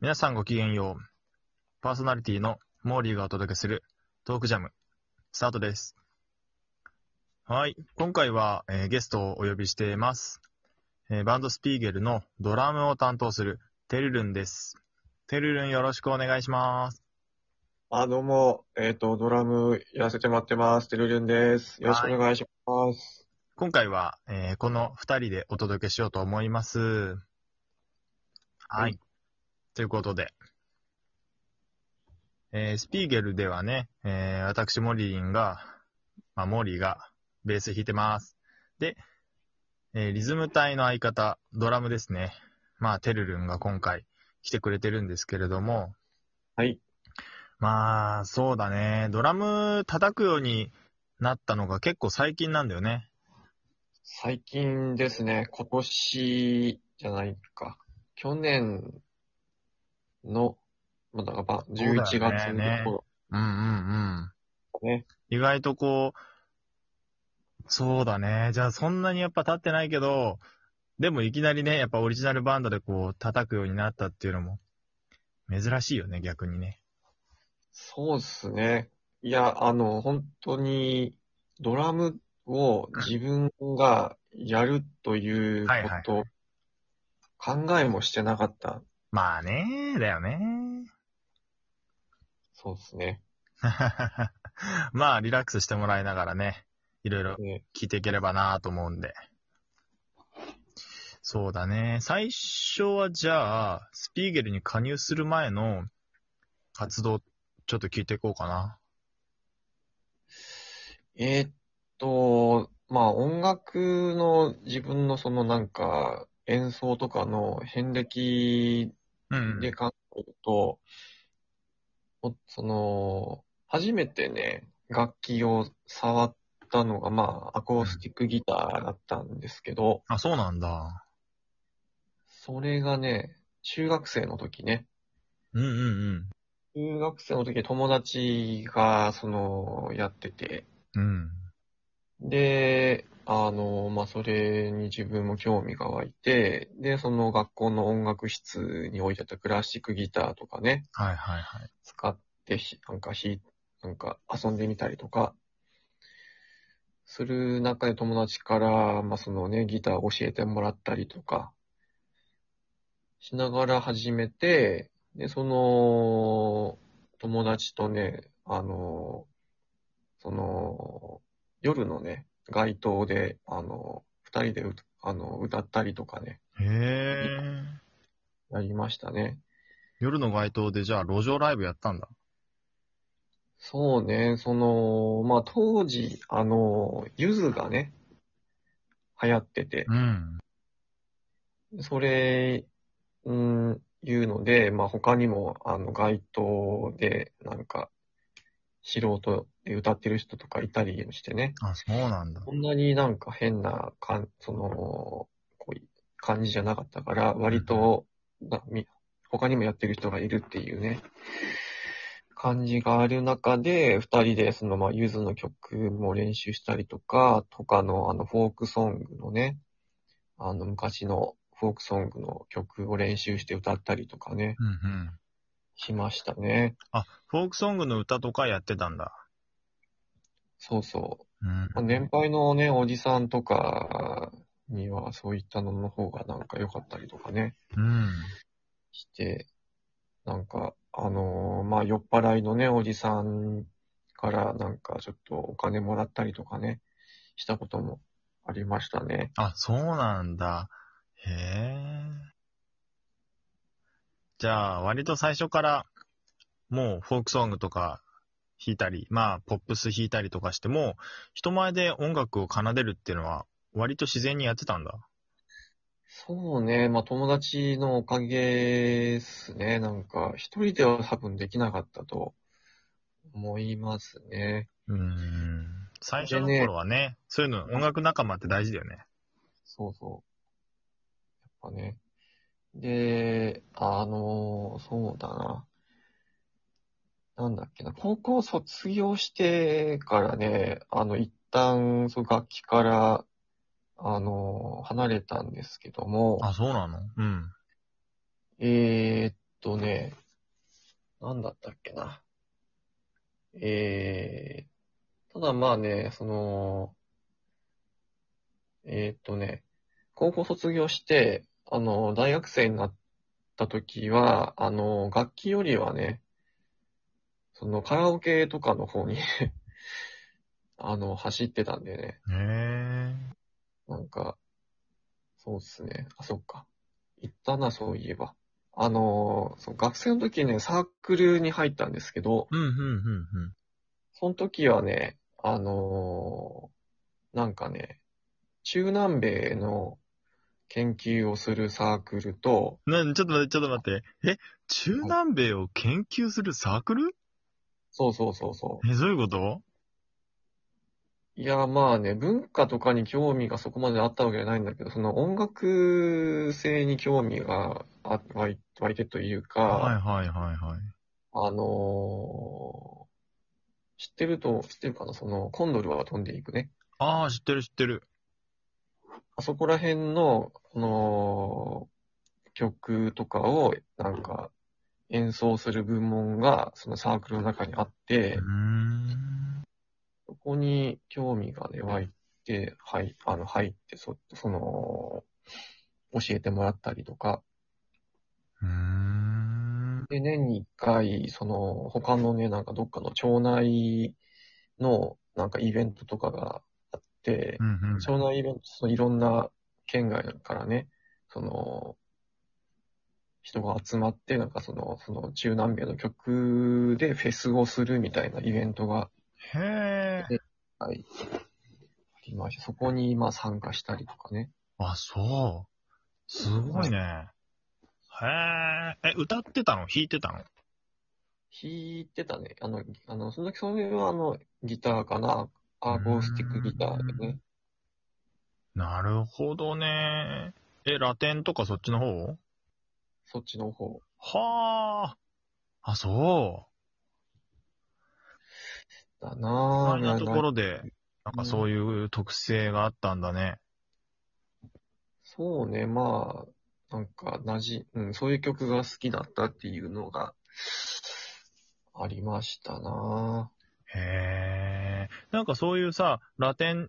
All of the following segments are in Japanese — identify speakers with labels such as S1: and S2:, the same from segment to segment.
S1: 皆さんごきげんよう。パーソナリティのモーリーがお届けするトークジャム、スタートです。はい。今回は、えーゲストをお呼びしています、えーバンドスピーゲルのドラムを担当するテルルンです。テルルンよろしくお願いします。
S2: あ、どうも、えっと、ドラムやらせてもらってます。てるるんです。よろしくお願いします。
S1: 今回は、えーこの2人でお届けしようと思います。は
S2: はい
S1: い。ということで、えースピーゲルではね、えー私、モリリンが、まあ、モリがベース弾いてます。で、えーリズム隊の相方、ドラムですね。まあ、テルルンが今回来てくれてるんですけれども、
S2: はい。
S1: まあ、そうだね。ドラム叩くようになったのが結構最近なんだよね。
S2: 最近ですね、今年じゃないか。去年の、まあ、だからば
S1: そうだよね
S2: 11月の頃。
S1: うんうんうん。
S2: ね
S1: 意外とこう、そうだね。じゃあそんなにやっぱ立ってないけど、でもいきなりね、やっぱオリジナルバンドでこう叩くようになったっていうのも、珍しいよね、逆にね。
S2: そうですね。いや、あの、本当に、ドラムを自分がやるという
S1: はいはい
S2: こと、考えもしてなかった。
S1: まあね、だよね。
S2: そうですね。
S1: まあリラックスしてもらいながらね、いろいろ
S2: ね
S1: 聞いていければなと思うんで。そうだね。最初はじゃあ、スピーゲルに加入する前の活動、ちょっと聞いていこうかな。
S2: えーっと、まあ音楽の自分のそのなんか演奏とかの遍歴
S1: うん。
S2: で考えると、おその、初めてね、楽器を触ったのがまあアコースティックギターだったんですけど、
S1: あ、そうなんだ。
S2: それがね、中学生の時ね、
S1: うんうんうん。
S2: 中学生の時に友達がそのやってて、
S1: うん。
S2: で、あの、まあ、それに自分も興味が湧いて、で、その学校の音楽室に置いてあったクラシックギターとかね、
S1: はいはいはい。
S2: 使ってひ、なんかひ、なんか遊んでみたりとか、する中で友達から、まあ、そのね、ギターを教えてもらったりとか、しながら始めて、で、その、友達とね、あの、その、夜のね、街頭で、あの、二人でうあの歌ったりとかね、
S1: へえ。
S2: やりましたね。
S1: 夜の街頭でじゃあ路上ライブやったんだ。
S2: そうね、その、まあ、当時、あの、ゆずがね、流行ってて、
S1: ん。
S2: それ、うん、いうので、まあ、他にも、あの、街頭で、なんか、素人で歌ってる人とかいたりしてね、
S1: あ、そうなんだ。
S2: こんなになんか変なかん、その、こういう感じじゃなかったから、割と、なみ他にもやってる人がいるっていうね、感じがある中で、二人でその、まあ、ゆずの曲も練習したりとか、とかの、あの、フォークソングのね、あの、昔のフォークソングの曲を練習して歌ったりとかね、
S1: うんうん。
S2: しましたね。
S1: あ、フォークソングの歌とかやってたんだ。
S2: そうそう。
S1: うん
S2: まあ年配のね、おじさんとかには、そういったのの方がなんか良かったりとかね、
S1: うん。
S2: して、なんか、あのーまあ、酔っ払いのね、おじさんからなんかちょっとお金もらったりとかね、したこともありましたね。
S1: あ、そうなんだ。へえ。じゃあ、割と最初から、もうフォークソングとか弾いたり、まあ、ポップス弾いたりとかしても、人前で音楽を奏でるっていうのは、割と自然にやってたんだ。
S2: そうね、まあ、友達のおかげっすね、なんか、一人では多分できなかったと思いますね。
S1: うーん。最初の頃はね、そういうの、音楽仲間って大事だよね。
S2: そうそう。やっぱね。で、あの、そうだな。なんだっけな。高校卒業してからね、あの、一旦、そう、楽器から、あの、離れたんですけども、
S1: あ、そうなのうん。
S2: えーっとね、なんだったっけな。えー、ただまあね、その、えーっとね、高校卒業して、あの、大学生になった時は、あの、楽器よりはね、そのカラオケとかの方に、 あの、走ってたんでね、
S1: へえ。
S2: なんか、そうっすね。あ、そっか。行ったな、そういえば。あのーそう、学生の時ね、サークルに入ったんですけど、
S1: うん、うん、うん、うん。
S2: その時はね、あのーなんかね、中南米の研究をするサークルと、
S1: なちょっと待って、ちょっと待って。え、中南米を研究するサークル
S2: そうそうそうそ
S1: え、どういうこと
S2: う。いや、まあね、文化とかに興味がそこまであったわけじゃないんだけど、その音楽性に興味があ湧い湧いてというか、
S1: はいはいはいはい。
S2: あのー知ってると、知ってるかなその、コンドルは飛んでいくね。
S1: ああ、知ってる知ってる。
S2: あそこら辺の、この、曲とかを、なんか、演奏する部門が、そのサークルの中にあっ
S1: う
S2: て
S1: ー、ん。
S2: そこに興味がね、湧いて、はい、あの、入って、そ、その、教えてもらったりとか、
S1: うーん。
S2: で、年に一回、その、他のね、なんかどっかの町内の、なんかイベントとかがあって
S1: う、んうん。
S2: 町内イベント、そのいろんな県外からね、その、人が集まって、なんかその、その中南米の曲でフェスをするみたいなイベントが、
S1: へえ。
S2: はい、ありまして、そこにまあ参加したりとかね。
S1: あ、そう。すごいね。へえ。え、歌ってたの弾いてたの
S2: 弾いてたね。あの、あの、その時、それはあの、ギターかな、アコースティックギターでね。
S1: なるほどね。え、ラテンとかそっちの方
S2: そっちの方。
S1: はあ。あ、そう。
S2: だ
S1: 意
S2: な
S1: 外
S2: ぁ。
S1: なとこ
S2: な
S1: ろで、なんかそういう特性があったんだね。
S2: そうね、まあ、なんか、なじ、うん、そういう曲が好きだったっていうのが、ありましたなぁ。
S1: へえ。なんかそういうさ、ラテン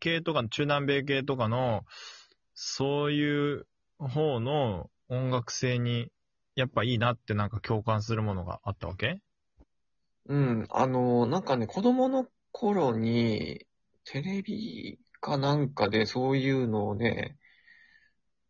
S1: 系とか中南米系とかの、そういう方の音楽性に、やっぱいいなってなんか共感するものがあったわけ
S2: うん、あの、なんかね、子供の頃に、テレビかなんかでそういうのをね、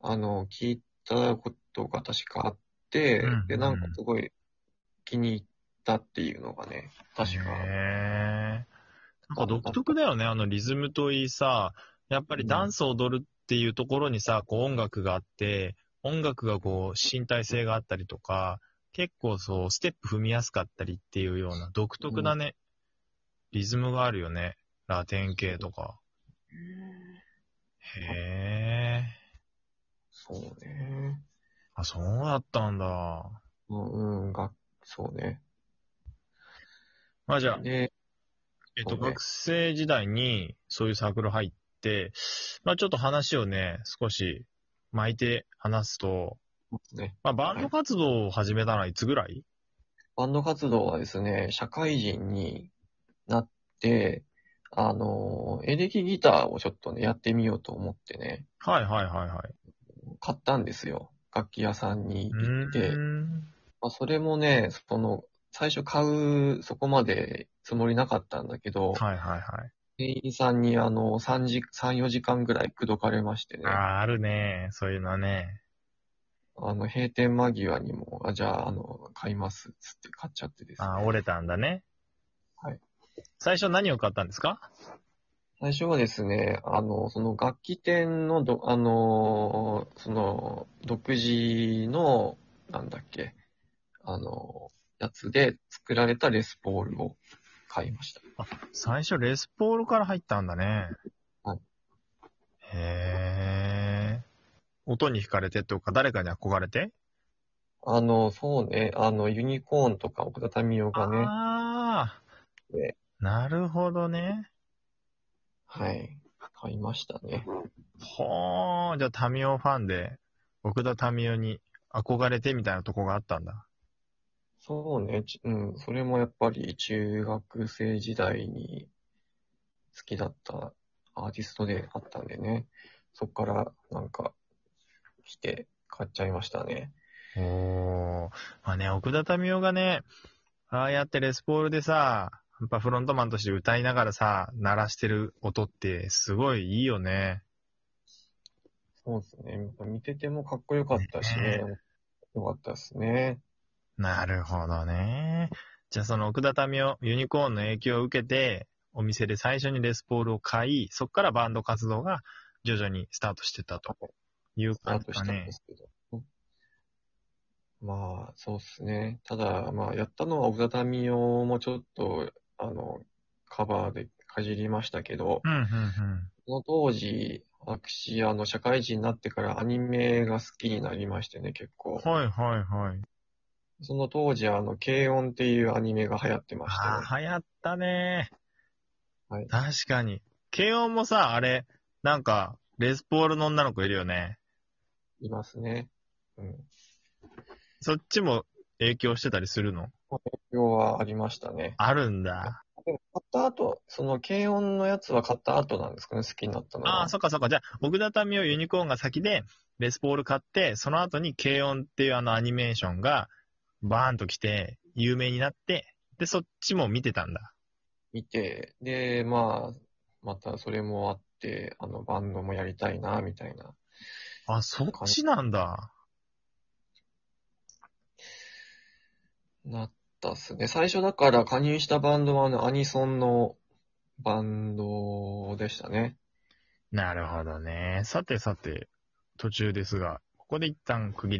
S2: あの、聞いたことが確かあって、
S1: うんうん
S2: で、なんかすごい気に入ったっていうのがね、確
S1: へ
S2: か。
S1: え。なんか独特だよね、あのリズムといいさ、やっぱりダンスを踊るっていうところにさ、こう音楽があって、音楽がこう身体性があったりとか、結構そう、ステップ踏みやすかったりっていうような独特なね、リズムがあるよね。ラテン系とか。へえ。
S2: そうね。
S1: あ、そうだったんだ。
S2: うん、うん、が、そうね。
S1: まあじゃあ、
S2: で、
S1: えっと、
S2: そうね
S1: 学生時代にそういうサークル入って、まあちょっと話をね、少し巻いて話すと、
S2: ね、
S1: まあバンド活動を始めたのはいつぐらい、
S2: バンド活動はですね、社会人になって、あの、エレキギターをちょっとね、やってみようと思ってね、
S1: はい、はいはいはい。
S2: 買ったんですよ。楽器屋さんに
S1: う
S2: 行って。
S1: ん。
S2: まあ、それもね、その、最初買う、そこまでつもりなかったんだけど、
S1: はいはいはい。
S2: 店員さんにあの、3時、3、4時間ぐらい口説かれましてね、
S1: ああ、あるね。そういうのはね。
S2: あの、閉店間際にも、あじゃあ、あの、買います、つって買っちゃってですね。
S1: ああ、折れたんだね。
S2: はい。
S1: 最初何を買ったんですか
S2: 最初はですね、あの、その楽器店のど、あの、その、独自の、なんだっけ、あの、やつで作られたレスポールを買いました。
S1: 最初レスポールから入ったんだね。
S2: はい
S1: へえ。音に惹かれてとか、誰かに憧れて
S2: あの、そうね、あの、ユニコーンとか奥田民生がね、
S1: ああ、
S2: で
S1: なるほどね。
S2: はい、買いましたね。
S1: ほー、じゃあ、タミオファンで、奥田タミオに憧れてみたいなとこがあったんだ。
S2: そうね、ちうん、それもやっぱり中学生時代に好きだったアーティストであったんでね、そっからなんか来て買っちゃいましたね。
S1: おー。まあね、奥田民生がね、ああやってレスポールでさ、やっぱフロントマンとして歌いながらさ、鳴らしてる音ってすごいいいよね。
S2: そうですね、やっぱ見ててもかっこよかったしね、よかったですね。
S1: なるほどね。じゃあその奥田民生、ユニコーンの影響を受けて、お店で最初にレスポールを買い、そこからバンド活動が徐々にスタートしてたという
S2: スタ
S1: 感
S2: ー
S1: じ
S2: ト
S1: だ
S2: したん
S1: ね
S2: で。すけど。まあ、そうですね。ただ、まあ、やったのは、奥田民生もちょっと、あの、カバーでかじりましたけど、
S1: うん、うん、うん。
S2: その当時、私、あの、社会人になってからアニメが好きになりましてね、結構。
S1: はい、はい、はい。
S2: その当時、あの、軽音っていうアニメが流行ってました
S1: あ
S2: ね。
S1: あ、流行ったね。
S2: はい
S1: 確かに。軽音もさ、あれ、なんか、レスポールの女の子いるよね。
S2: いますね。うん。
S1: そっちも影響してたりするの
S2: 要はありましたね。
S1: あるんだ。
S2: でも買った後、その軽音のやつは買った後なんですかね、好きになったのは。
S1: ああ、そっかそっか。じゃあ、奥田民生ユニコーンが先で、レスポール買って、その後に軽音っていうあのアニメーションが、バーンと来て、有名になって、で、そっちも見てたんだ。
S2: 見て、で、まあ、またそれもあって、あの、バンドもやりたいな、みたいな。
S1: あ、そっちなんだ。
S2: なったっすね。最初だから加入したバンドは、あの、アニソンのバンドでしたね。
S1: なるほどね。さてさて、途中ですが、ここで一旦区切り